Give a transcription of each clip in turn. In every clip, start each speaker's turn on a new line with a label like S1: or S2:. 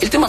S1: sistema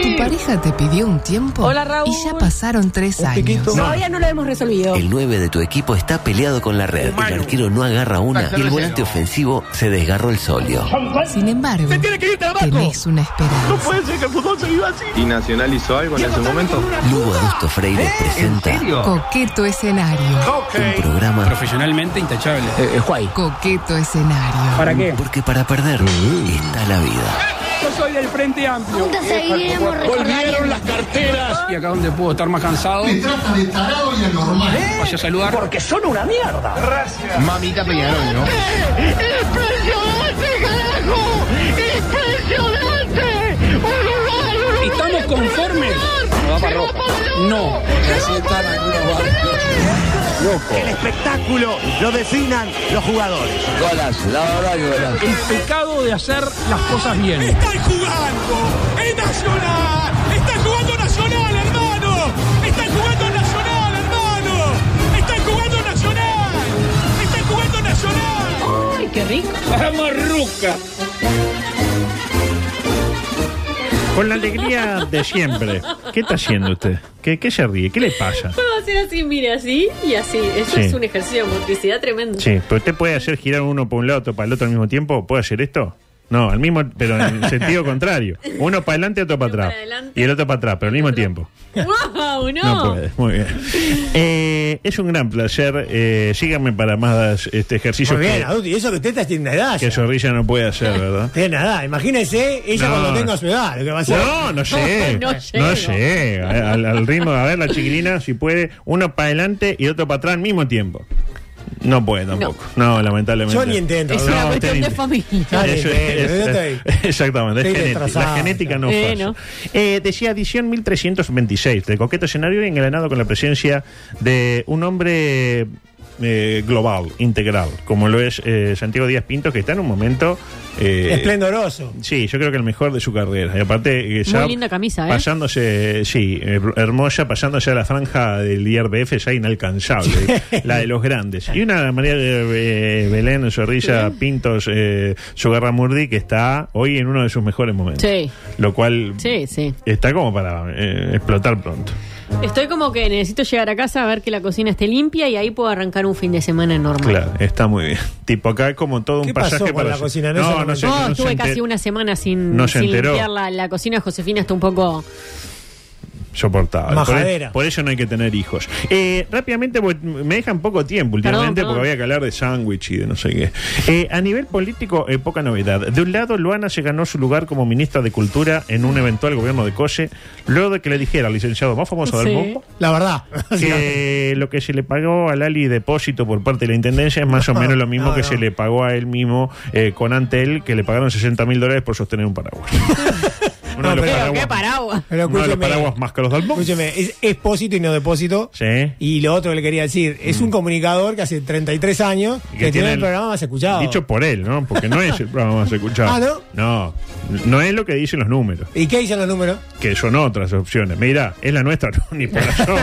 S2: Tu pareja te pidió un tiempo
S3: Hola, Raúl.
S2: y ya pasaron tres años.
S3: Todavía no lo hemos
S4: Oh.
S3: resolvido.
S5: El 9 de tu equipo está peleado con la red, el arquero no agarra una y el volante ofensivo se desgarró el solio.
S2: Sin embargo, tenés una esperanza.
S6: ¿Y Nacional hizo algo en ese momento?
S5: Lugo Augusto Freire presenta
S2: Coqueto escenario.
S5: un programa
S7: Profesionalmente intachable.
S2: Coqueto escenario.
S7: ¿Para qué?
S5: porque para perder está la vida.
S7: Yo soy del Frente Amplio.
S8: Nunca seguiremos recordando.
S7: Y acá donde puedo estar más cansado. Me trata de tarado y anormal. Vaya a saludar. Porque
S6: Mamita Peñarol, ¿no?
S8: ¡Impresionante, carajo! ¡Impresionante! ¡Un
S7: estamos conformes. No va para ropa. No.
S9: El espectáculo lo definan los jugadores.
S7: El pecado de hacer las cosas bien.
S10: Están jugando en Nacional. Están jugando Nacional, hermano. Están jugando Nacional, hermano. Están jugando Nacional. Están jugando Nacional.
S3: Ay, qué rico.
S7: Vamos, Ruca.
S11: Con la alegría de siempre. ¿Qué está haciendo usted? ¿Qué, qué se ríe? ¿Qué le pasa?
S4: Puedo hacer así, mire, así y así. Eso
S11: Sí.
S4: es un ejercicio de motricidad tremendo.
S11: Sí, pero usted puede hacer girar uno por un lado, otro para el otro al mismo tiempo. ¿Puede hacer esto? No, al mismo, pero en el sentido contrario. Uno para adelante, otro para
S4: Uno
S11: atrás.
S4: para adelante.
S11: Y el otro para atrás, pero al mismo tiempo.
S4: ¡Wow! No.
S11: No puede, muy bien. Eh, es un gran placer. Eh, síganme para más este ejercicio
S9: Muy bien,
S11: que,
S9: adulto, y eso que usted está tiene una edad.
S11: que
S9: ya.
S11: Zorrilla no puede hacer, ¿verdad?
S9: Tiene una edad. Imagínese ella
S11: No.
S9: cuando tenga su edad, lo que va a hacer.
S11: No, no llega.
S4: No
S11: No
S4: llega.
S11: llega. Al, al ritmo, a ver, la chiquilina, si puede, uno para adelante y otro para atrás al mismo tiempo. No puede tampoco. No, lamentablemente.
S9: Yo ni intento.
S3: Es
S11: No,
S3: una
S11: usted
S3: cuestión de
S11: ni-
S3: familia.
S9: Ah,
S11: Eso
S9: ni
S11: es-
S9: intento,
S11: es-
S9: yo estoy-
S11: exactamente, es
S9: estoy
S11: genética.
S9: destrozado.
S11: la genética no
S4: Eh,
S11: falla.
S4: no.
S11: Eh, decía edición 1326 del coqueto escenario engalanado con la presencia de un hombre eh, global, integral, como lo es eh, Santiago Díaz Pinto, que está en un momento eh,
S9: Esplendoroso.
S11: Sí, yo creo que el mejor de su carrera. Y aparte, eh, ya
S4: Muy linda camisa, ¿eh?
S11: Pasándose, sí, eh, hermosa, pasándose a la franja del IRBF ya inalcanzable, la de los grandes. Y una María de eh, Belén Zorrilla Pintos eh, Sugarramurdi que está hoy en uno de sus mejores momentos.
S4: Sí.
S11: Lo cual
S4: Sí, sí.
S11: está como para eh, explotar pronto.
S4: Estoy como que necesito llegar a casa a ver que la cocina esté limpia y ahí puedo arrancar un fin de semana normal.
S11: Claro, está muy bien. Tipo acá es como todo un
S9: ¿Qué pasó
S11: pasaje
S9: con
S11: para
S9: la cocina? No se
S11: No, no,
S9: comentó.
S11: sé,
S4: Yo
S11: no se
S4: Oh, estuve casi
S11: enter-
S4: una semana sin,
S11: no se
S4: sin
S11: enteró.
S4: limpiar la, la cocina. Josefina está un poco.
S11: soportable. Por, e-
S9: Majadera.
S11: por eso no hay que tener hijos. Eh, rápidamente, porque me dejan poco tiempo últimamente,
S4: Perdón, perdón.
S11: porque había que hablar de sándwich y de no sé qué. Eh, a nivel político, eh, poca novedad. De un lado, Luana se ganó su lugar como ministra de Cultura en un eventual gobierno de Cose, luego de que le dijera al licenciado más famoso del
S4: Sí.
S11: mundo
S9: La verdad.
S11: que lo que se le pagó al Ali depósito por parte de la Intendencia es más o menos lo mismo
S9: no,
S11: que
S9: no.
S11: se le pagó a él mismo eh, con Antel, que le pagaron 60 mil dólares por sostener un paraguas. Uno de los
S9: pero
S4: Pero
S11: paraguas-
S4: qué paraguas.
S9: Pero
S11: uno de los
S9: escúcheme.
S11: paraguas más caros del mundo.
S9: Escúcheme, es expósito y no depósito.
S11: Sí. Mm.
S9: Y lo otro que le quería decir, es un comunicador que hace 33 años que, tiene, el programa más escuchado.
S11: Dicho por él, ¿no? Porque no es el programa más escuchado.
S9: Ah,
S11: ¿no? No, no es lo que dicen los números,
S9: ¿Y qué dicen los números?
S11: que son otras opciones. Mira, es la nuestra, no, ni por asomo.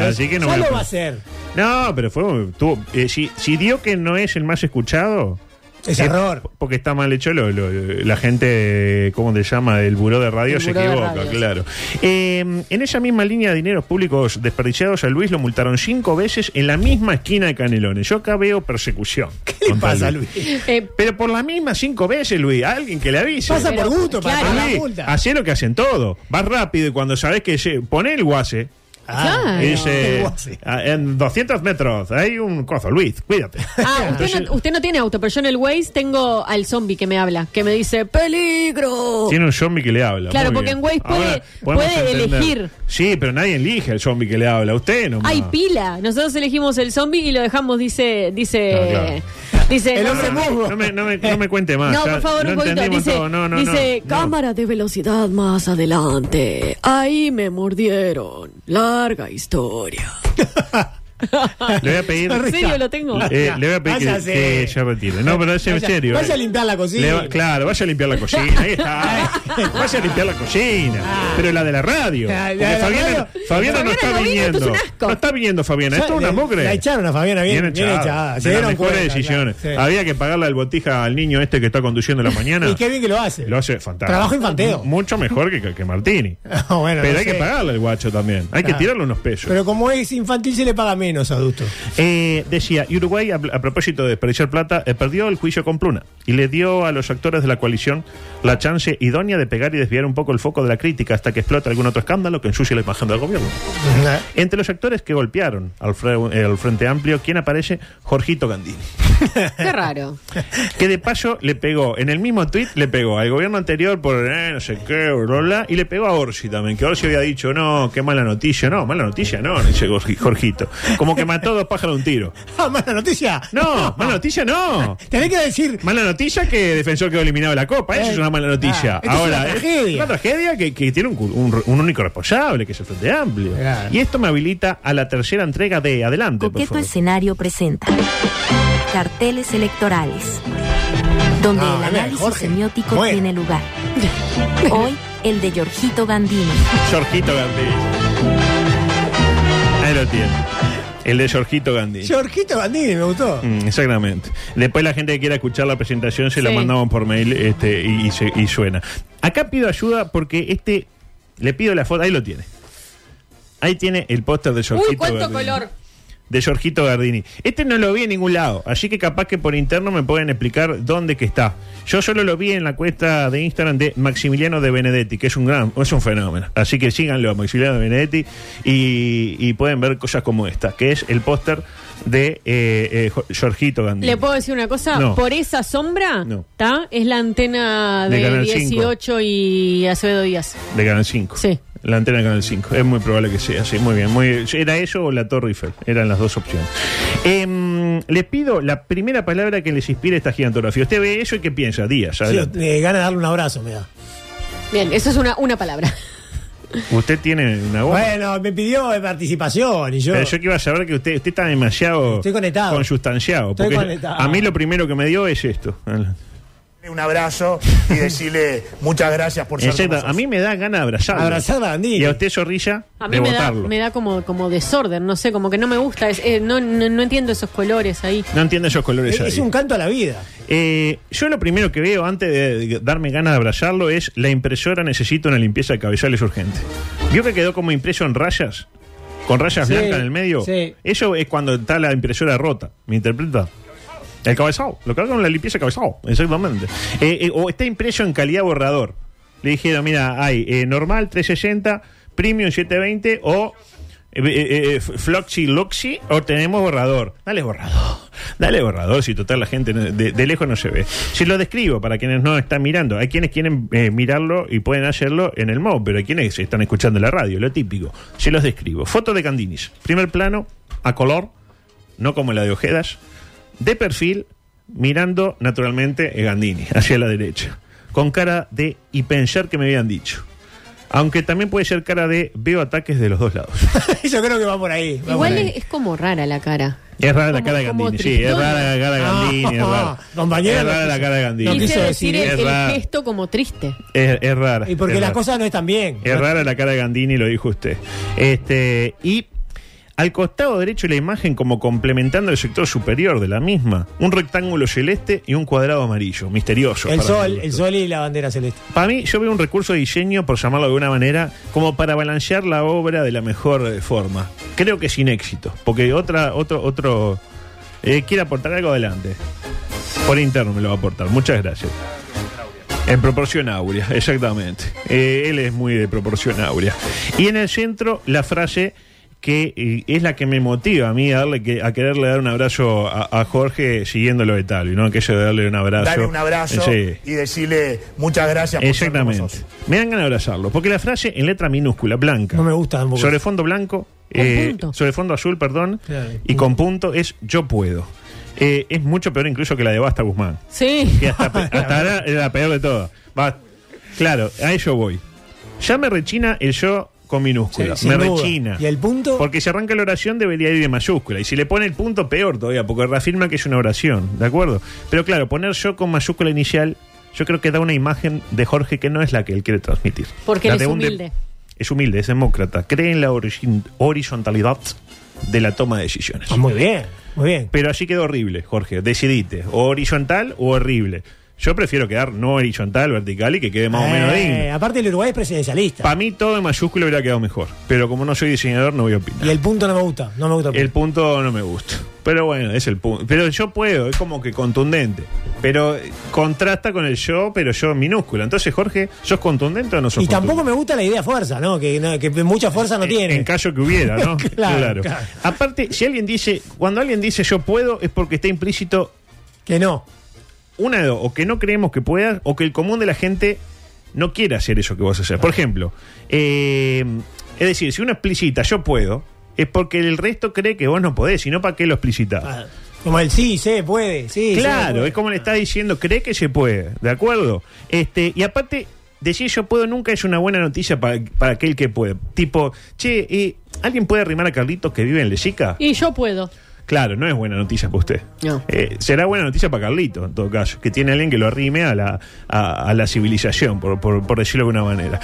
S11: Así que no
S9: ya
S11: me
S9: lo
S11: lo puedo-
S9: va a hacer.
S11: No, pero fue. tuvo- eh, si, si dio que no es el más escuchado.
S9: Es
S11: eh,
S9: error.
S11: Porque está mal hecho lo- lo- la gente, ¿cómo se llama? Del buró de radio
S4: El
S11: se
S4: buró de
S11: equivoca,
S4: radio, sí.
S11: claro. Eh, en esa misma línea de dineros públicos desperdiciados, a Luis lo multaron cinco veces en la misma esquina de Canelones. Yo acá veo persecución.
S9: ¿Qué le
S11: contra
S9: pasa, Luis?
S4: Eh,
S11: Pero por la misma cinco veces, Luis. a Alguien que le avise.
S9: Pasa
S4: Pero,
S9: por gusto, para
S4: claro.
S9: pagar la
S11: Luis,
S9: multa.
S11: hacé lo que hacen todo. Vas rápido y cuando sabes que se- pone el guase.
S9: Ah,
S4: Claro.
S11: Dice,
S9: el guase.
S11: "Ah, en 200 metros hay un cozo, Luis, cuídate.
S4: Ah, usted
S11: Entonces,
S4: no, usted no tiene auto, pero yo en el Waze tengo al zombie que me habla, que me dice ¡Peligro!
S11: Tiene un zombie que le habla.
S4: Oh. Claro,
S11: muy
S4: porque
S11: bien.
S4: en Waze puede-
S11: Ahora podemos
S4: puede elegir.
S11: Sí, pero nadie elige al zombie que le habla. Usted nomás.
S4: Hay pila. Nosotros elegimos el zombie y lo dejamos, dice. dice
S11: No, claro.
S4: Dice.
S9: El
S4: no
S9: hombre
S4: sé,
S9: musgo.
S11: no me, no, me, no me cuente más.
S4: No,
S11: ya
S4: por favor,
S11: lo
S4: un poquito.
S11: entendimos
S4: Dice,
S11: todo. No, no,
S4: dice
S11: no, no.
S4: cámara de velocidad más adelante. Ahí me mordieron. Larga historia.
S11: Le voy a pedir.
S4: ¿En serio lo tengo?
S11: Eh, le voy a pedir que,
S9: Váyase.
S11: que se retire. No, pero es en
S9: Vaya-
S11: serio.
S9: vaya
S11: eh.
S9: a limpiar la cocina.
S11: Le va- claro, vaya a limpiar la cocina. Ahí está. Vaya a limpiar la cocina. Pero la de la radio.
S9: Ah, la
S11: Porque
S9: de la
S11: Fabiana,
S9: radio.
S11: Fabiana
S4: Fabiana
S11: no está
S4: no vino, esto
S11: viniendo.
S4: es un asco.
S11: No está viniendo Fabiana. Esto es una
S9: La-
S11: mugre.
S9: La echaron a Fabiana bien, bien echada. Se
S11: de las
S9: dieron
S11: mejores
S9: cuenta, claro,
S11: decisiones.
S9: sí.
S11: Había que pagarle al botija al niño este que está conduciendo la mañana.
S9: Y qué bien que lo hace.
S11: Lo hace fantástico.
S9: Trabajo infanteo.
S11: M- Mucho mejor que, que Martini.
S9: No, bueno,
S11: Pero
S9: no
S11: hay
S9: sé.
S11: que pagarle al guacho también. Hay que
S9: Claro.
S11: tirarle unos pesos.
S9: Pero como es infantil, se le paga menos adulto.
S11: Eh, decía, y Uruguay, a, a propósito de desperdiciar plata, eh, perdió el juicio con Pluna y le dio a los actores de la coalición la chance idónea de pegar y desviar un poco el foco de la crítica hasta que explote algún otro escándalo que ensucie la imagen del gobierno. Entre los actores que golpearon al, fre- eh, al Frente Amplio, ¿quién aparece? Jorgito Gandini.
S4: Qué raro.
S11: Que de paso le pegó, en el mismo tuit le pegó al gobierno anterior por eh, no sé qué, bla, bla, y le pegó a Orsi también, que Orsi había dicho, no, qué mala noticia, no, mala noticia, no, dice Jorgi- Jorgito. Como que mató dos pájaros de un tiro.
S9: Ah, mala noticia.
S11: No, mala noticia no.
S9: Tenés que decir.
S11: Mala noticia que Defensor quedó eliminado de la Copa. Eso
S9: Eh,
S11: es una mala noticia.
S9: ah, esto es
S11: Ahora,
S9: una
S11: es
S9: tragedia.
S11: una tragedia que, que tiene un, cu- un- un único responsable, que es el Frente Amplio.
S9: Claro.
S11: Y esto me habilita a la tercera entrega de Adelante, por
S12: Coqueto
S11: favor.
S12: escenario presenta carteles electorales, donde
S9: No,
S12: el
S9: dame,
S12: análisis
S9: Jorge.
S12: semiótico
S9: Bueno.
S12: tiene lugar. Hoy, el de Jorgito Gandini.
S11: Jorgito Gandini. Ahí lo tiene. El de Jorgito Gandini.
S9: Jorgito Bandini, me gustó.
S11: Mm, Exactamente. Después la gente que quiera escuchar la presentación se la
S4: Sí.
S11: mandaban por mail este, y, y se- y suena. Acá pido ayuda porque este, le pido la foto, ahí lo tiene. Ahí tiene el póster de Jorgito
S4: Uy, cuánto
S11: Gardini.
S4: color.
S11: De Jorgito Gardini. Este no lo vi en ningún lado, así que capaz que por interno me pueden explicar dónde que está. Yo solo lo vi en la cuenta de Instagram de Maximiliano de Benedetti, que es un gran, es un fenómeno. Así que síganlo a Maximiliano de Benedetti y, y pueden ver cosas como esta, que es el póster de eh, eh, Jo- Jorgito Gandini.
S4: ¿Le puedo decir una cosa?
S11: No.
S4: Por esa sombra,
S11: No.
S4: ¿tá? Es la antena
S11: De
S4: de,
S11: Canal
S4: 18 y Acevedo Díaz.
S11: De Canal 5.
S4: Sí.
S11: La antena de Canal 5. Es muy probable que sea, sí, muy bien. Muy, ¿Era eso o la Torre Eiffel? Eran las dos opciones. Em, les pido la primera palabra que les inspire esta gigantografía. Usted ve eso y qué piensa, Díaz.
S9: Sí,
S11: adelante.
S9: eh, gana de darle un abrazo, me da.
S4: Bien, eso es una, una palabra.
S11: Usted tiene una voz.
S9: Bueno, me pidió eh, participación y yo.
S11: Pero yo que iba a saber que usted, usted está demasiado
S9: Estoy conectado.
S11: consustanciado.
S9: Estoy
S11: porque
S9: conectado.
S11: A mí lo primero que me dio es esto. Adelante.
S13: Un abrazo y decirle muchas gracias por ser
S11: Exacto,
S13: como sos.
S11: A mí me da ganas de abrazarlo.
S9: Abrazar a Bandini.
S11: Y a usted, Zorrilla,
S4: A
S11: de
S4: mí me da,
S11: botarlo.
S4: me da como, como desorden, no sé, como que no me gusta. es- eh, no, no, no entiendo esos colores ahí.
S11: No entiende esos colores
S9: Es,
S11: ahí.
S9: es un canto a la vida.
S11: Eh, yo lo primero que veo antes de de darme ganas de abrazarlo es la impresora necesita una limpieza de cabezales urgente. ¿Vio que quedó como impreso en rayas? ¿Con rayas
S9: Sí,
S11: blancas en el medio?
S9: sí.
S11: Eso es cuando está la impresora rota. ¿Me interpreta? El cabezado. Lo que hago con la limpieza de cabezado. Exactamente. Eh, eh, o está impreso en calidad borrador. Le dijeron, mira, hay eh, normal 360, premium 720 o eh, eh, eh, Floxy Loxy o tenemos borrador. Dale borrador. Dale borrador, si total la gente no- de, de lejos no se ve. Si lo describo para quienes no están mirando, hay quienes quieren eh, mirarlo y pueden hacerlo en el móvil, pero hay quienes están escuchando la radio, lo típico. Se los describo. Foto de Candinis. Primer plano, a color, no como la de Ojedas, de perfil, mirando naturalmente eh, Gandini, hacia la derecha, con cara de y pensar que me habían dicho. Aunque también puede ser cara de veo ataques de los dos lados.
S9: yo creo que va por ahí. va
S4: Igual
S9: por ahí.
S4: es, es como rara la cara.
S11: Es rara la
S4: Como-
S11: cara de
S4: como
S11: Gandini, sí, es
S4: tristona.
S11: rara la cara de Gandini, es rara.
S9: Compañero,
S11: Es
S9: Ah. no
S11: rara la
S9: quiso-
S11: cara de Gandini.
S9: no
S4: Quise
S9: quiso
S4: decir
S11: decir
S4: el,
S11: es
S4: el
S11: raro.
S4: gesto como triste.
S11: Es, es rara.
S9: Y porque
S11: es
S9: las
S11: rara.
S9: cosas no están bien.
S11: Es rara la cara de Gandini, lo dijo usted. Este, y al costado derecho de la imagen, como complementando el sector superior de la misma, un rectángulo celeste y un cuadrado amarillo, misterioso.
S9: El
S11: para
S9: sol,
S11: mí.
S9: el sol y la bandera celeste.
S11: Para mí, yo veo un recurso de diseño, por llamarlo de alguna manera, como para balancear la obra de la mejor eh, forma. Creo que sin éxito, porque otra, otro, otro eh, quiere aportar algo adelante. Por interno me lo va a aportar. Muchas gracias. En proporción áurea, exactamente. Eh, él es muy de proporción áurea. Y en el centro, la frase que eh, es la que me motiva a mí a, darle, que- a quererle dar un abrazo a, a Jorge siguiéndolo de tal, y no aquello de darle un abrazo. Eh,
S13: Dale un abrazo
S11: Sí.
S13: y decirle muchas gracias por ser como
S11: Exactamente.
S13: sos.
S11: Me dan ganas de abrazarlo. Porque la frase en letra minúscula, blanca.
S9: No me gusta tampoco.
S11: Sobre fondo blanco.
S4: Con
S11: eh,
S4: punto.
S11: sobre fondo azul, perdón.
S9: Claro.
S11: Y con punto es yo puedo. Eh, es mucho peor incluso que la de Basta Guzmán.
S4: Sí.
S11: Que hasta, pe- hasta ahora era la peor de todas. Va- Claro, a ello voy. Ya me rechina el yo con minúscula.
S9: Sí,
S11: me
S9: sin duda.
S11: rechina.
S9: ¿Y el punto?
S11: Porque si arranca la oración debería ir de mayúscula. Y si le pone el punto, peor todavía, porque reafirma que es una oración. ¿De acuerdo? Pero claro, poner yo con mayúscula inicial, yo creo que da una imagen de Jorge que no es la que él quiere transmitir.
S4: Porque
S11: La
S4: él es
S11: de un de-
S4: humilde.
S11: es humilde, es demócrata. Cree en la origin- horizontalidad de la toma de decisiones.
S9: Ah, muy bien, muy bien.
S11: Pero así quedó horrible, Jorge. Decidite, o horizontal o horrible. Yo prefiero quedar no horizontal, vertical y que quede más o menos
S9: Eh,
S11: digno.
S9: aparte, el Uruguay es presidencialista.
S11: Para mí todo en mayúscula hubiera quedado mejor. Pero como no soy diseñador, no voy a opinar.
S9: Y el punto no me gusta. No me gusta el punto.
S11: El punto no me gusta. Pero bueno, es el punto. Pero yo puedo, es como que contundente. Pero eh, contrasta con el yo, pero yo en minúscula. Entonces, Jorge, ¿sos contundente o no sos
S9: y tampoco me gusta la idea fuerza, ¿no? Que, no- que mucha fuerza no tiene.
S11: En caso que hubiera, ¿no?
S9: Claro, claro.
S11: Aparte, si alguien dice, cuando alguien dice yo puedo, es porque está implícito
S9: que no.
S11: Una de dos, o que no creemos que pueda, o que el común de la gente no quiere hacer eso que vas a hacer. Por ejemplo, eh, es decir, si uno explicita yo puedo, es porque el resto cree que vos no podés, sino para qué lo explicitás.
S9: Como el sí, se puede, Ah, sí. se
S11: Claro,
S9: puede. Ah.
S11: es como le está diciendo, cree que se puede, ¿de acuerdo? Este, y aparte, decir yo puedo nunca es una buena noticia para, para aquel que puede. Tipo, che, eh, ¿alguien puede arrimar a Carlitos que vive en Lechica?
S4: Y yo puedo.
S11: Claro, no es buena noticia para usted. Eh, será buena noticia para Carlito, en todo caso, que tiene alguien que lo arrime a la, a, a la civilización, por, por- por decirlo de alguna manera.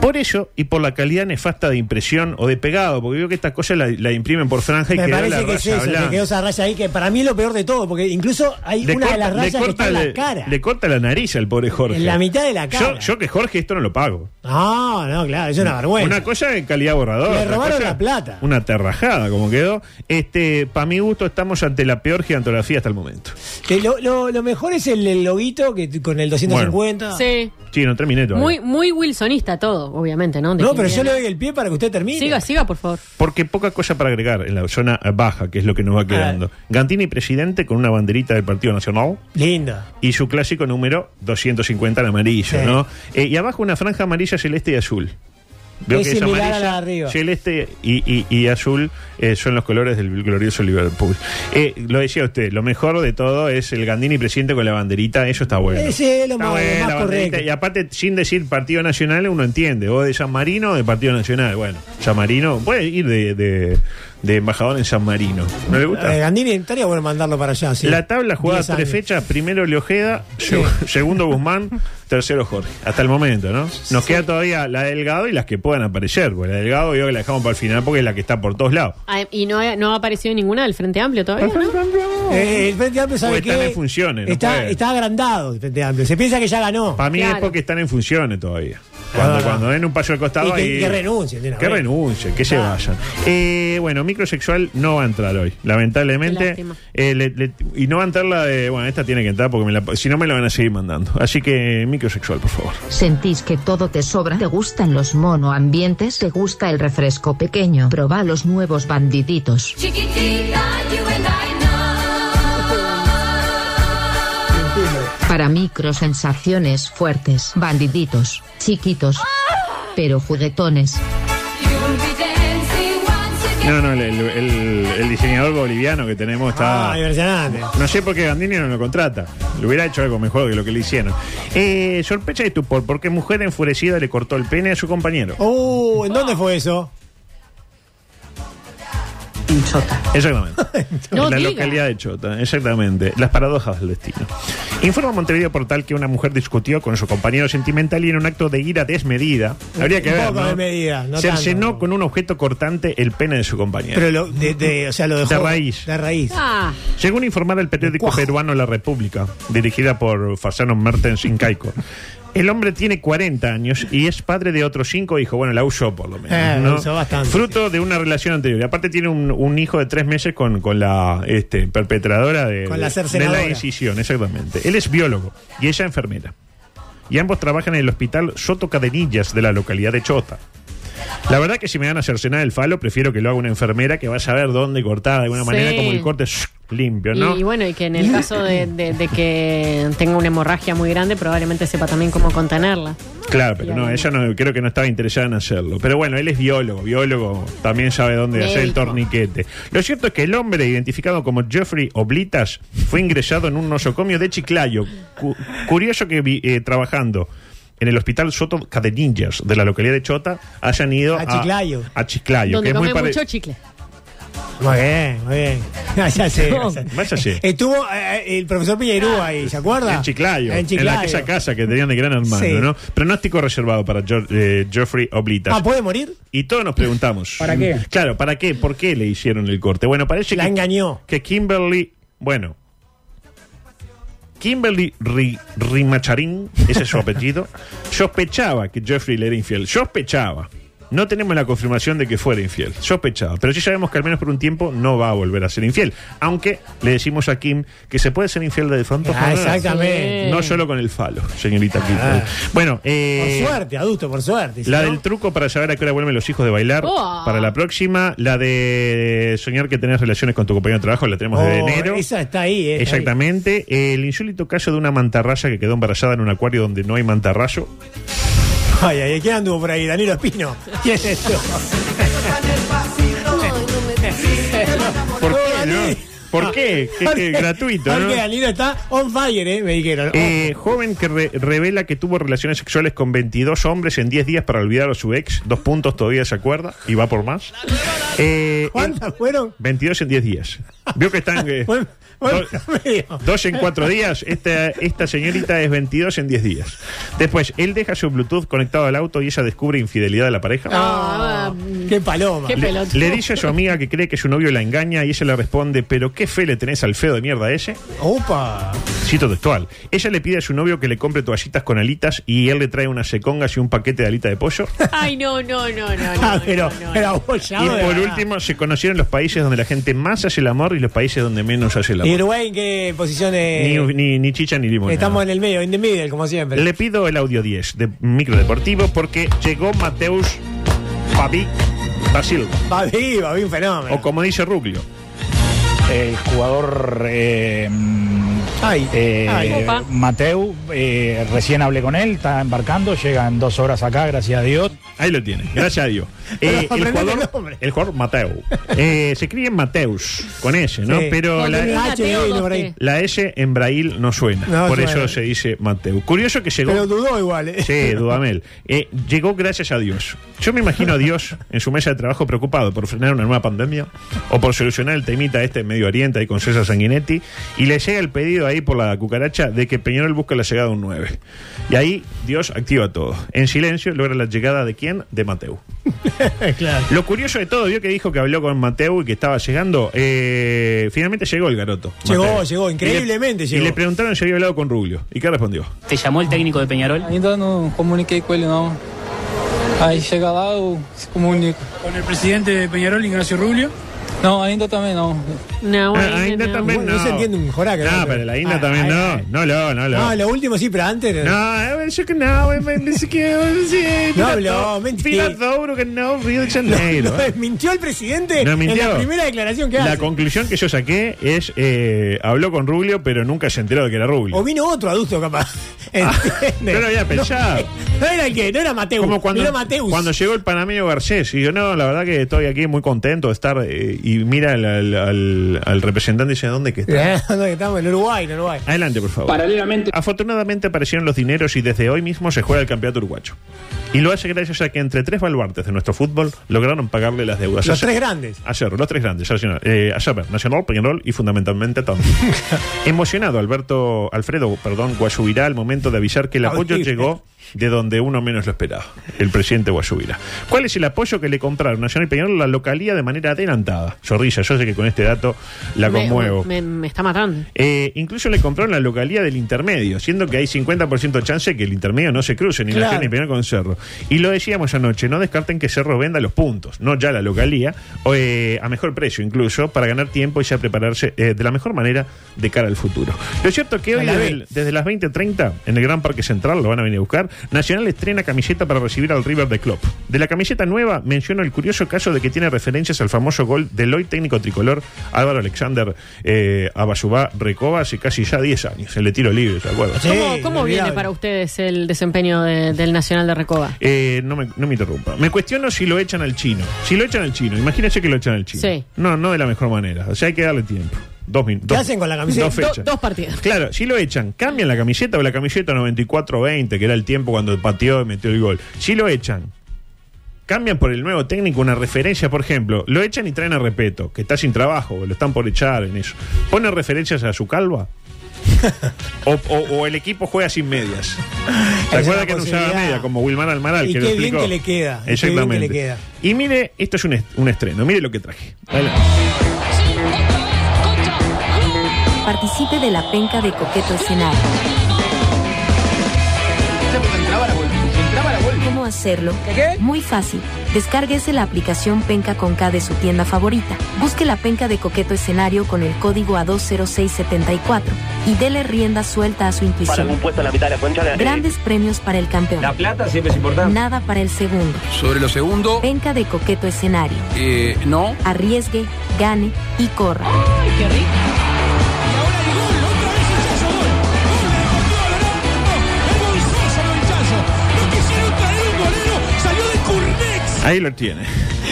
S11: Por eso y por la calidad nefasta de impresión o de pegado, porque veo que estas cosas la, la imprimen por franja y
S9: Me
S11: queda la
S9: parece que es
S11: raya
S9: eso, que
S11: blanca.
S9: quedó esa raya ahí, que para mí es lo peor de todo, porque incluso hay una de las
S11: corta-
S9: rayas que está en la
S11: le-
S9: cara.
S11: le corta la nariz al pobre Jorge.
S9: En la mitad de la cara.
S11: Yo, yo que Jorge esto no lo pago.
S9: No, no, claro, es una vergüenza.
S11: Una cosa de calidad borrador.
S9: Le
S11: otra
S9: robaron
S11: cosa-
S9: la plata.
S11: Una terrajada como quedó. Este, para mi gusto estamos ante la peor gigantografía hasta el momento.
S9: Que lo, lo- lo mejor es el, el loguito que, t- con el 250.
S4: Sí.
S11: Sí, no terminé todavía.
S4: Muy, muy wilsonista todo, obviamente, ¿no?
S9: No, pero yo le
S4: Definitivamente.
S9: doy el pie para que usted termine.
S4: Siga, siga, por favor.
S11: Porque poca cosa para agregar en la zona eh, baja, que es lo que nos va quedando. Gantini presidente con una banderita del Partido Nacional
S9: Linda.
S11: y su clásico número 250 en amarillo,
S9: Sí.
S11: ¿no? Eh, y abajo una franja amarilla, celeste y azul.
S9: Es similar a la de arriba.
S11: celeste y, y- y azul eh, son los colores del glorioso Liverpool. Eh, lo decía usted, lo mejor de todo es el Gandini presidente con la banderita, eso está bueno.
S9: Ese es lo
S11: Está
S9: más,
S11: bueno,
S9: lo más
S11: la banderita.
S9: correcto.
S11: Y aparte, sin decir Partido Nacional, uno entiende. O de San Marino o de Partido Nacional. Bueno, San Marino puede ir de, de- de embajador en San Marino. ¿No le gusta?
S9: Eh, Gandini, estaría bueno mandarlo para allá. sí.
S11: La tabla jugada
S9: Diez
S11: tres
S9: años.
S11: fechas, primero Leojeda, seg- segundo Guzmán, tercero Jorge. Hasta el momento, ¿no? Nos queda todavía la Delgado y las que puedan aparecer, porque la Delgado yo que la dejamos para el final porque es la que está por todos lados.
S4: Ah, Y no ha, no ha aparecido ninguna del Frente Amplio todavía, ¿no?
S9: Eh, el Frente Amplio sabe
S11: Porque están
S9: que
S11: en funciones, no
S9: está,
S11: puede.
S9: está agrandado el Frente Amplio. Se piensa que ya ganó.
S11: Para mí es
S4: Claro.
S11: porque están en funciones todavía. Cuando,
S9: verdad.
S11: cuando den un paso al costado
S9: Ah. Y que-
S11: ahí-
S9: que renuncien de una
S11: Que
S9: vez.
S11: renuncien, que se
S9: Claro.
S11: vayan. Eh, bueno, microsexual no va a entrar hoy, lamentablemente.
S4: Qué lástima.
S11: Eh, le- le- y no va a entrar la de. Bueno, esta tiene que entrar porque me la- si no me la van a seguir mandando. Así que microsexual, por favor.
S14: ¿Sentís que todo te sobra? ¿Te gustan los monoambientes? ¿Te gusta el refresco pequeño? Proba los nuevos bandiditos. Para microsensaciones fuertes. Bandiditos. Chiquitos. Pero juguetones.
S11: No, no, el, el- el- el diseñador boliviano que tenemos está.
S9: Ah, impresionante.
S11: No sé por qué Gandini no lo contrata. Le hubiera hecho algo mejor que lo que le hicieron. Eh, sorpresa y estupor, porque mujer enfurecida le cortó el pene a su compañero.
S9: Uh, ¿en dónde fue eso?
S11: Exactamente.
S4: No
S11: en la
S4: diga.
S11: localidad de Chota, exactamente. Las paradojas del destino. Informa Montevideo Portal que una mujer discutió con su compañero sentimental y en un acto de ira desmedida. Habría que
S9: Un
S11: ver.
S9: poco
S11: ¿no?
S9: de medida, no
S11: Cercenó
S9: tanto.
S11: con un objeto cortante el pene de su compañero.
S9: Pero lo, de, de- o sea, lo dejó.
S11: De raíz.
S9: De raíz.
S4: Ah,
S11: Según informara el periódico
S9: Cuajo.
S11: peruano La República, dirigida por Fasano Mertens Incaico, el hombre tiene 40 años y es padre de otros cinco hijos. Bueno, la usó por lo menos.
S9: Eh, la
S11: ¿no?
S9: usó bastante,
S11: Fruto de una relación anterior. Y Aparte tiene un, un hijo de tres meses con, con la este, perpetradora de,
S9: Con la
S11: de- de
S9: cercenadora.
S11: la decisión, exactamente. Él es biólogo y ella enfermera. Y ambos trabajan en el hospital Soto Cadenillas de la localidad de Chota. La verdad que si me van a cercenar el falo, prefiero que lo haga una enfermera que va a saber dónde cortar de alguna
S4: Sí.
S11: manera como el corte shh, limpio,
S4: y,
S11: ¿no?
S4: y bueno, y que en el caso de, de- de que tenga una hemorragia muy grande, probablemente sepa también cómo contenerla.
S11: Claro, pero no, ella no, creo que no estaba interesada en hacerlo. Pero bueno, él es biólogo, biólogo, también sabe dónde hacer el
S4: Médico.
S11: torniquete. Lo cierto es que el hombre, identificado como Jeffrey Oblitas, fue ingresado en un nosocomio de Chiclayo. Cu- curioso que vi- eh, trabajando en el hospital Soto Cadenillas de la localidad de Chota hayan ido
S9: A Chiclayo.
S11: a Chiclayo, que
S4: Donde
S11: es muy
S4: come
S11: pare-
S4: mucho chicle.
S9: Muy bien, muy bien. Ah, ya sé, ya sé.
S11: Vaya sí.
S9: Estuvo eh, el profesor Piñerú ahí, ¿se acuerda?
S11: En Chiclayo,
S9: En
S11: en
S9: Chiclayo.
S11: aquella casa que tenían de gran hermano,
S9: Sí.
S11: ¿no? Pronóstico reservado para Geor- eh, Geoffrey Oblitas.
S9: Ah, ¿puede morir?
S11: Y todos nos preguntamos.
S9: ¿Para qué?
S11: Claro, ¿para qué? ¿Por qué le hicieron el corte? Bueno, parece
S9: La
S11: que.
S9: engañó.
S11: Que Kimberly. Bueno. Kimberly Ri- Rimacharín, ese es su apellido, sospechaba que Jeffrey le era infiel. Sospechaba. No tenemos la confirmación de que fuera infiel. Sospechaba. Pero sí sabemos que al menos por un tiempo no va a volver a ser infiel. Aunque le decimos a Kim que se puede ser infiel de frontos
S9: Ah, exactamente. Ah.
S11: No solo con el falo, señorita Kim. Bueno, eh,
S9: Por suerte, adulto, por suerte. si
S11: la
S9: no-
S11: del truco para saber a qué hora vuelven los hijos de bailar
S9: Oh.
S11: para la próxima. La de soñar que tenés relaciones con tu compañero de trabajo la tenemos desde
S9: Oh,
S11: enero.
S9: Esa está ahí, eh, está ahí.
S11: Exactamente. El insólito caso de una mantarraya que quedó embarazada en un acuario donde no hay mantarrayo.
S9: Ay, ay, ay, ¿quién anduvo por ahí? Danilo Espino. ¿Quién es esto?
S11: ¿Por qué? no? ¿Por qué? Que-
S9: Oh,
S11: que
S9: Ah, Porque-
S11: gratuito, ¿no?
S9: Porque Danilo está on fire, ¿eh? Me dijeron.
S11: Eh, joven que re- revela que tuvo relaciones sexuales con 22 hombres en 10 días para olvidar a su ex. Dos puntos todavía se acuerda y va por más. Eh,
S9: ¿Cuántas fueron?
S11: 22 en 10 días. Vio que están... eh,
S9: Bueno, bueno,
S11: do-
S9: medio.
S11: Dos en cuatro días. Esta, esta señorita es 22 en 10 días. Después, él deja su Bluetooth conectado al auto y ella descubre infidelidad de la pareja.
S9: Ah, qué paloma.
S4: Qué
S11: Le,
S4: pelotudo.
S11: le dice a su amiga que cree que su novio la engaña y ella le responde, pero qué fe le tenés al feo de mierda ese.
S9: Opa.
S4: Ah,
S11: Cito textual. Ella le pide a su novio que le compre toallitas con alitas y él le trae unas secongas y un paquete de alita de pollo.
S4: Ay, no, no, no, no. no,
S9: Ah, pero,
S4: no, no, no.
S9: pero abollado.
S11: y
S9: de
S11: por
S9: verdad.
S11: último, se conocieron los países donde la gente más hace el amor y los países donde menos hace el
S9: ¿Y
S11: amor.
S9: Uruguay en qué posición es?
S11: Ni, ni, ni chicha ni limón.
S9: eh, Estamos en el medio, in the middle, como siempre.
S11: Le pido el audio 10 de Micro Deportivo porque llegó Mateus Fabi Basil.
S9: Va viva, vi un fenómeno.
S11: O como dice Ruglio.
S15: El jugador eh, eh,
S9: ay. Opa.
S15: Mateu, eh, recién hablé con él, está embarcando, llega en dos horas acá, gracias a Dios.
S11: Ahí lo tiene, gracias a Dios. Eh, el,
S15: Aprendete el
S11: jugador, el jugador Mateu. Eh, se escribe Mateus con S, ¿no?
S9: Sí.
S11: Pero
S9: Con un
S11: la, Ah,
S9: H de hilo por ahí.
S11: la S en Braille no suena.
S9: No
S11: por
S9: suena.
S11: eso se dice Mateu. Curioso que llegó.
S9: Pero dudó igual, ¿eh?
S11: Sí, Dudamel. Eh, llegó gracias a Dios. Yo me imagino a Dios en su mesa de trabajo preocupado por frenar una nueva pandemia o por solucionar el temita este en Medio Oriente ahí con César Sanguinetti y le llega el pedido ahí por la cucaracha de que Peñarol busca la llegada de un 9. Y ahí Dios activa todo. En silencio logra la llegada de quién? De Mateu.
S9: claro.
S11: Lo curioso de todo, vio que dijo que habló con Mateu y que estaba llegando. Eh, finalmente llegó el garoto.
S9: Llegó,
S11: Mateu.
S9: llegó, increíblemente
S11: y le,
S9: llegó.
S11: Y le preguntaron si había hablado con Rubio. ¿Y qué respondió?
S16: ¿Te llamó el técnico de Peñarol?
S17: Ainda não comuniquei com ele não. Aí chega lá eu se comunico. Com o presidente de Peñarol, Ignacio Rubio? Não, ainda também não.
S4: No,
S11: Ah,
S4: bueno,
S11: ainda
S4: no.
S11: también
S9: Bueno,
S11: no.
S9: no se entiende un joraca,
S11: No,
S9: ¿no?
S11: pero la Inda
S9: Ah,
S11: también
S9: ah,
S11: no.
S9: ah.
S11: no lo, no lo.
S9: No, lo último sí, pero antes.
S11: No, eh, bueno, yo que no, eh, me- ni siquiera, eh, sí,
S9: No
S11: mira
S9: habló,
S11: todo,
S9: mentira.
S11: mira todo, bro, que no, Río de
S9: No,
S11: Janeiro.
S9: no, mintió el presidente
S11: No
S9: en
S11: mintió.
S9: la primera declaración que
S11: La
S9: hace.
S11: conclusión que yo saqué es, eh, habló con Rubio, pero nunca se enteró de que era Rubio.
S9: O vino otro adulto, capaz. ¿Entiendes?
S11: Ah, yo lo había pensado.
S9: No, era el que, no era Mateus.
S11: Como cuando,
S9: Miró Mateus.
S11: cuando llegó el panameño Garcés y yo, no, la verdad que estoy aquí muy contento de estar eh, y mira al, al- al- al representante y dice, ¿dónde que está?
S9: Eh, no, que estamos en Uruguay, en Uruguay.
S11: Adelante, por favor.
S1: Paralelamente-
S11: Afortunadamente aparecieron los dineros y desde hoy mismo se juega el campeonato uruguayo. Y lo hace gracias a que entre tres baluartes de nuestro fútbol lograron pagarle las deudas.
S9: Los
S11: Ayer-
S9: tres grandes.
S11: Ayer, los tres grandes. Ayer, eh, a saber, Nacional, Peñarol y fundamentalmente Tom. Emocionado, Alberto, Alfredo, perdón, Guasubirá al momento de avisar que el apoyo
S9: Audible.
S11: llegó de donde uno menos lo esperaba, el presidente Guasubirá. ¿Cuál es el apoyo que le compraron Nacional y Peñarol a la localía de manera adelantada? Zorrilla, yo sé que con este dato la
S4: Me-
S11: conmuevo.
S4: Me, me está matando.
S11: Eh, incluso le compraron la localía del intermedio, siendo que hay 50% de chance que el intermedio no se cruce ni
S9: Claro.
S11: Nacional ni Peñarol con Cerro. Y lo decíamos anoche, no descarten que Cerro venda los puntos, no ya la localía, o, eh, a mejor precio incluso, para ganar tiempo y ya prepararse eh, de la mejor manera de cara al futuro. Lo cierto que hoy
S9: A la
S11: desde,
S9: vez.
S11: el- desde las 20.30 en el Gran Parque Central, lo van a venir a buscar, Nacional estrena camiseta para recibir al River de Klopp. De la camiseta nueva menciono el curioso caso de que tiene referencias al famoso gol del hoy técnico tricolor Álvaro Alexander eh, Abayubá Recoba hace casi ya 10 años, el de tiro libre, ¿se acuerdan?
S9: Sí,
S4: ¿Cómo, cómo viene
S9: olvidable.
S4: para ustedes el desempeño de- del Nacional de Recoba?
S11: Eh, no, me, no me interrumpa. Me cuestiono si lo echan al chino. Si lo echan al chino, imagínense que lo echan al chino.
S4: Sí.
S11: No, no de la mejor manera. O sea, hay que darle tiempo. dos minutos. ¿Qué
S9: hacen con la camiseta?
S11: Dos, fechas.
S4: Do- dos partidos.
S11: Claro, si lo echan, cambian la camiseta o la camiseta 94-20, que era el tiempo cuando pateó y metió el gol. Si lo echan, cambian por el nuevo técnico una referencia, por ejemplo, lo echan y traen a Repeto, que está sin trabajo, lo están por echar en eso. ¿Ponen referencias a su calva? o, o- o el equipo juega sin medias. ¿Se
S9: Es
S11: acuerda
S9: una
S11: que no usaba
S9: posibilidad.
S11: media? Como Wilmar Almaral,
S9: Y
S11: que
S9: qué
S11: lo
S9: bien
S11: explicó.
S9: que le queda, y qué bien que
S11: Exactamente.
S9: le queda.
S11: Y mire, esto es un, est- un estreno. Mire lo que traje. Adelante.
S12: Participe de la penca de Coqueto Escenario. ¿Cómo hacerlo? Muy fácil. Descárguese la aplicación Penca con K de su tienda favorita. Busque la penca de Coqueto Escenario con el código A20674 y dele rienda suelta a su
S16: Para un
S12: intuición.
S16: puesto en la mitad de la concha. eh,
S12: Grandes premios para el campeón.
S1: La plata siempre es importante.
S12: Nada para el segundo.
S1: Sobre lo segundo,
S12: Penca de Coqueto Escenario.
S1: eh, no.
S12: Arriesgue, gane y corra.
S10: qué rico!
S11: Ahí lo tiene.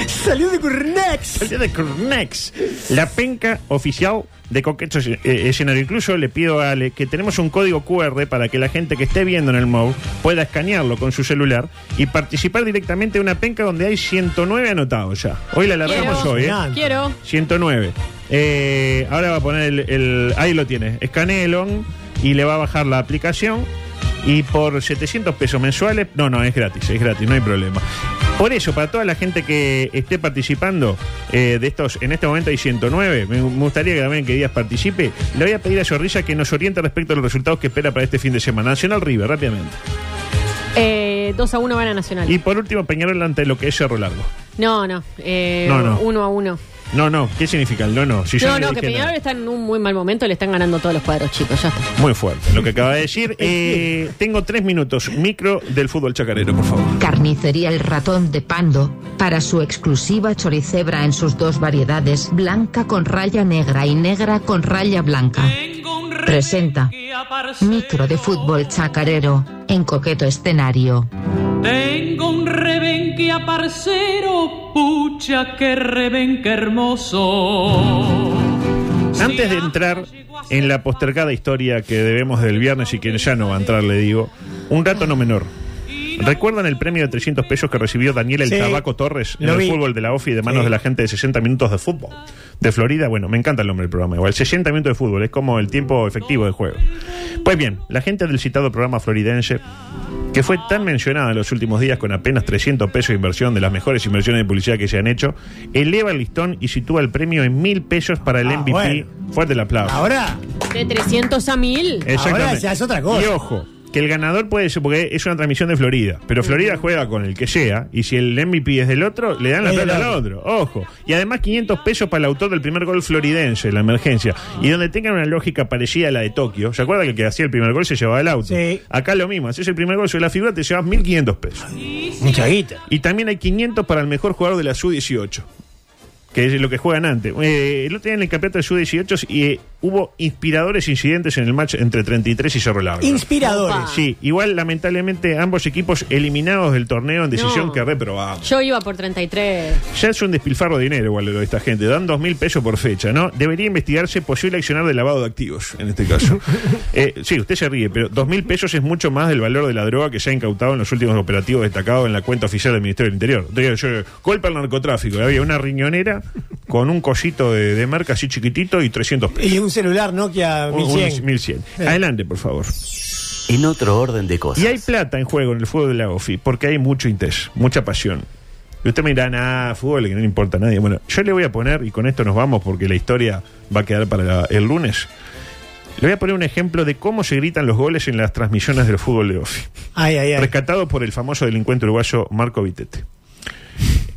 S9: Salió de Curnex.
S11: Salió de Curnex. La penca oficial de Coqueto Escen- eh, Escenario. Incluso le pido a Ale que tenemos un código QR para que la gente que esté viendo en el MOV pueda escanearlo con su celular y participar directamente de una penca donde hay 109 anotados ya. Hoy la alargamos hoy, ¿eh?
S4: Quiero.
S11: 109. Eh, ahora va a poner el, el- Ahí lo tiene. Escanea el on y le va a bajar la aplicación. Y por 700 pesos mensuales. No, no, es gratis, es gratis, no hay problema. Por eso, para toda la gente que esté participando eh, de estos, en este momento hay 109, me me gustaría que también que Díaz participe, le voy a pedir a Zorrilla que nos oriente respecto a los resultados que espera para este fin de semana. Nacional River, rápidamente.
S4: Eh, 2 a 1 van a Nacional.
S11: Y por último, Peñarol ante lo que es Cerro Largo.
S4: No, no. Eh,
S11: No, no.
S4: 1 a 1.
S11: No, no, ¿qué significa el no, no? Si yo
S4: no,
S11: le
S4: no, que
S11: dije nada.
S4: Peñarol está en un muy mal momento, le están ganando todos los cuadros chicos, ya está.
S11: Muy fuerte lo que acaba de decir. Eh, tengo tres minutos. Micro del fútbol chacarero, por favor.
S14: Carnicería El Ratón de Pando, para su exclusiva choricebra en sus dos variedades, blanca con raya negra y negra con raya blanca. Presenta Micro de Fútbol Chacarero, en coqueto escenario.
S10: Tengo un rebenque parcero, pucha, qué rebenque hermoso.
S11: Antes de entrar en la postergada historia que debemos del viernes y que ya no va a entrar, le digo, un dato no menor. ¿Recuerdan el premio de 300 pesos que recibió Daniel El
S9: Sí.
S11: Tabaco Torres en
S9: Lo
S11: el
S9: vi.
S11: fútbol de la OFI de manos
S9: Sí.
S11: de la gente de 60 minutos de fútbol? De Florida, bueno, me encanta el nombre del programa. Igual, 60 minutos de fútbol, es como el tiempo efectivo de juego. Pues bien, la gente del citado programa floridense, que fue tan mencionada en los últimos días con apenas 300 pesos de inversión, de las mejores inversiones de publicidad que se han hecho, eleva el listón y sitúa el premio en mil pesos para el
S9: Ah,
S11: MVP. Fuerte el aplauso.
S9: Ahora,
S4: De 300 a 1000.
S11: Exactamente.
S9: ahora se hace otra cosa.
S11: Y ojo, que el ganador puede ser, porque es una transmisión de Florida, pero Florida juega con el que sea, y si el MVP es del otro, le dan la
S9: Es del
S11: plata al otro. Ojo. Y además 500 pesos para el autor del primer gol floridense, la emergencia. Y donde tengan una lógica parecida a la de Tokio, ¿se acuerda que el que hacía el primer gol se llevaba el auto? Acá lo mismo, haces el primer gol sobre la figura, te llevas 1.500 pesos.
S9: Mucha guita.
S11: Y también hay 500 para el mejor jugador de la SU-18. Que es lo que juegan antes. Eh, el otro día en el campeonato de SU-18 y, eh, hubo inspiradores incidentes en el match entre 33 y Cerro Largo.
S9: Inspiradores.
S4: Opa.
S11: Sí, igual lamentablemente ambos equipos eliminados del torneo en decisión
S4: No.
S11: que reprobamos.
S4: Yo iba por 33.
S11: Ya es un despilfarro de dinero igual lo de esta gente. Dan dos mil pesos por fecha, ¿no? Debería investigarse posible accionar de lavado de activos, en este caso. Eh, sí, usted se ríe, pero dos mil pesos es mucho más del valor de la droga que se ha incautado en los últimos operativos destacados en la cuenta oficial del Ministerio del Interior. Digo, yo, golpe al narcotráfico. Había una riñonera con un cosito de, de marca así chiquitito y 300 pesos.
S9: Y un celular Nokia
S11: Un- un
S9: 1100.
S11: 1100. Adelante, por favor.
S5: En otro orden de cosas.
S11: Y hay plata en juego en el fútbol de la OFI, porque hay mucho interés, mucha pasión. Y usted me dirá, ah, fútbol que no le importa a nadie. Bueno, yo le voy a poner, y con esto nos vamos porque la historia va a quedar para la- el lunes. Le voy a poner un ejemplo de cómo se gritan los goles en las transmisiones del fútbol de OFI.
S9: Ay, ay, ay.
S11: Rescatado por el famoso delincuente uruguayo Marco Vitete.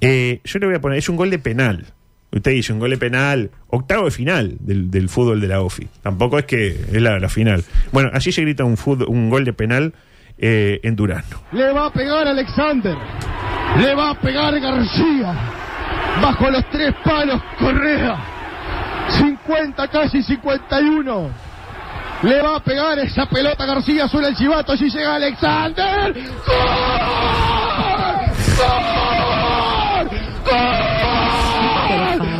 S11: Eh, yo le voy a poner, es un gol de penal. Usted dice, un gol de penal, octavo de final del, del fútbol de la OFI. Tampoco es que es la, la final. Bueno, así se grita un, fútbol- un gol de penal eh, en Durano.
S18: Le va a pegar Alexander. Le va a pegar García. Bajo los tres palos, Correa. 50, casi 51. Le va a pegar esa pelota García sobre el chivato. Allí llega Alexander. ¡Gol! ¡Gol!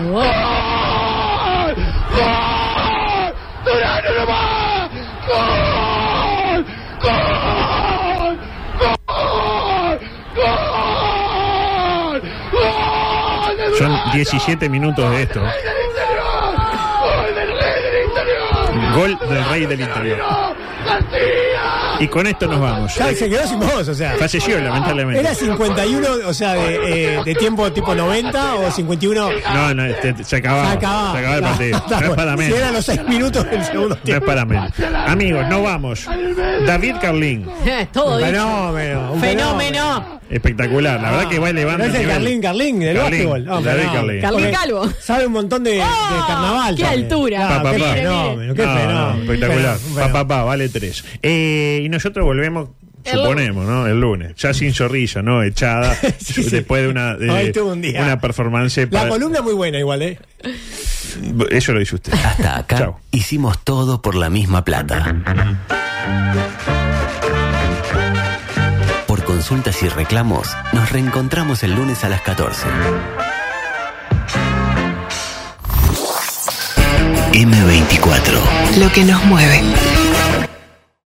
S18: ¡Gol! ¡Gol!
S8: Belgrano no va. ¡Gol! ¡Gol! ¡Gol! ¡Gol! ¡Gol! de
S11: Son
S8: Belgrano!
S11: 17 minutos de esto.
S8: ¡Gol del Rey del Interior!
S11: Gol del rey del interior.
S8: ¡García!
S11: Y con esto nos vamos.
S9: Ya se quedó sin voz, o sea.
S11: Falleció, lamentablemente.
S9: ¿Era 51, o sea, de, eh, de tiempo tipo 90 o 51?
S11: No, no, este, se acababa.
S9: Se
S11: Se
S9: acababa.
S11: acababa, el partido.
S9: Está
S11: No es
S9: bueno.
S11: para menos.
S9: Si eran los 6 minutos del segundo
S11: No es
S9: tiempo.
S11: para menos. Amigos, no vamos. David Carlín,
S4: Todo
S9: Un
S4: dicho.
S9: fenómeno. un
S4: Fenómeno.
S11: espectacular. La verdad que va
S9: No
S11: elevando.
S9: es el
S11: nivel.
S9: Carlín, Carlín, del
S11: Carlín,
S9: básquetbol. No,
S11: David
S9: pero no.
S11: Carlín.
S4: Carlín
S9: Porque
S4: Calvo. ¡Ah!
S9: Sabe un montón de, de carnaval.
S4: qué
S9: también.
S4: altura.
S9: No,
S11: Pa, pa,
S9: qué
S11: pa.
S9: fenómeno, qué
S11: No, no,
S9: fenómeno. Fenómeno,
S11: espectacular. Pa,
S9: fenómeno.
S11: pa, pa, vale tres. Eh, y nosotros volvemos.
S4: El
S11: Suponemos, ¿no? El lunes. Ya sin zorrilla, ¿no? Echada. Después de una de
S9: Hoy tuvo un día.
S11: una performance.
S9: La
S11: para-
S9: columna muy buena igual, ¿eh?
S11: Eso lo dice usted.
S5: Hasta acá
S11: Chau.
S5: hicimos todo por la misma plata. Por consultas y reclamos, nos reencontramos el lunes a las 14. M24.
S2: Lo que nos mueve.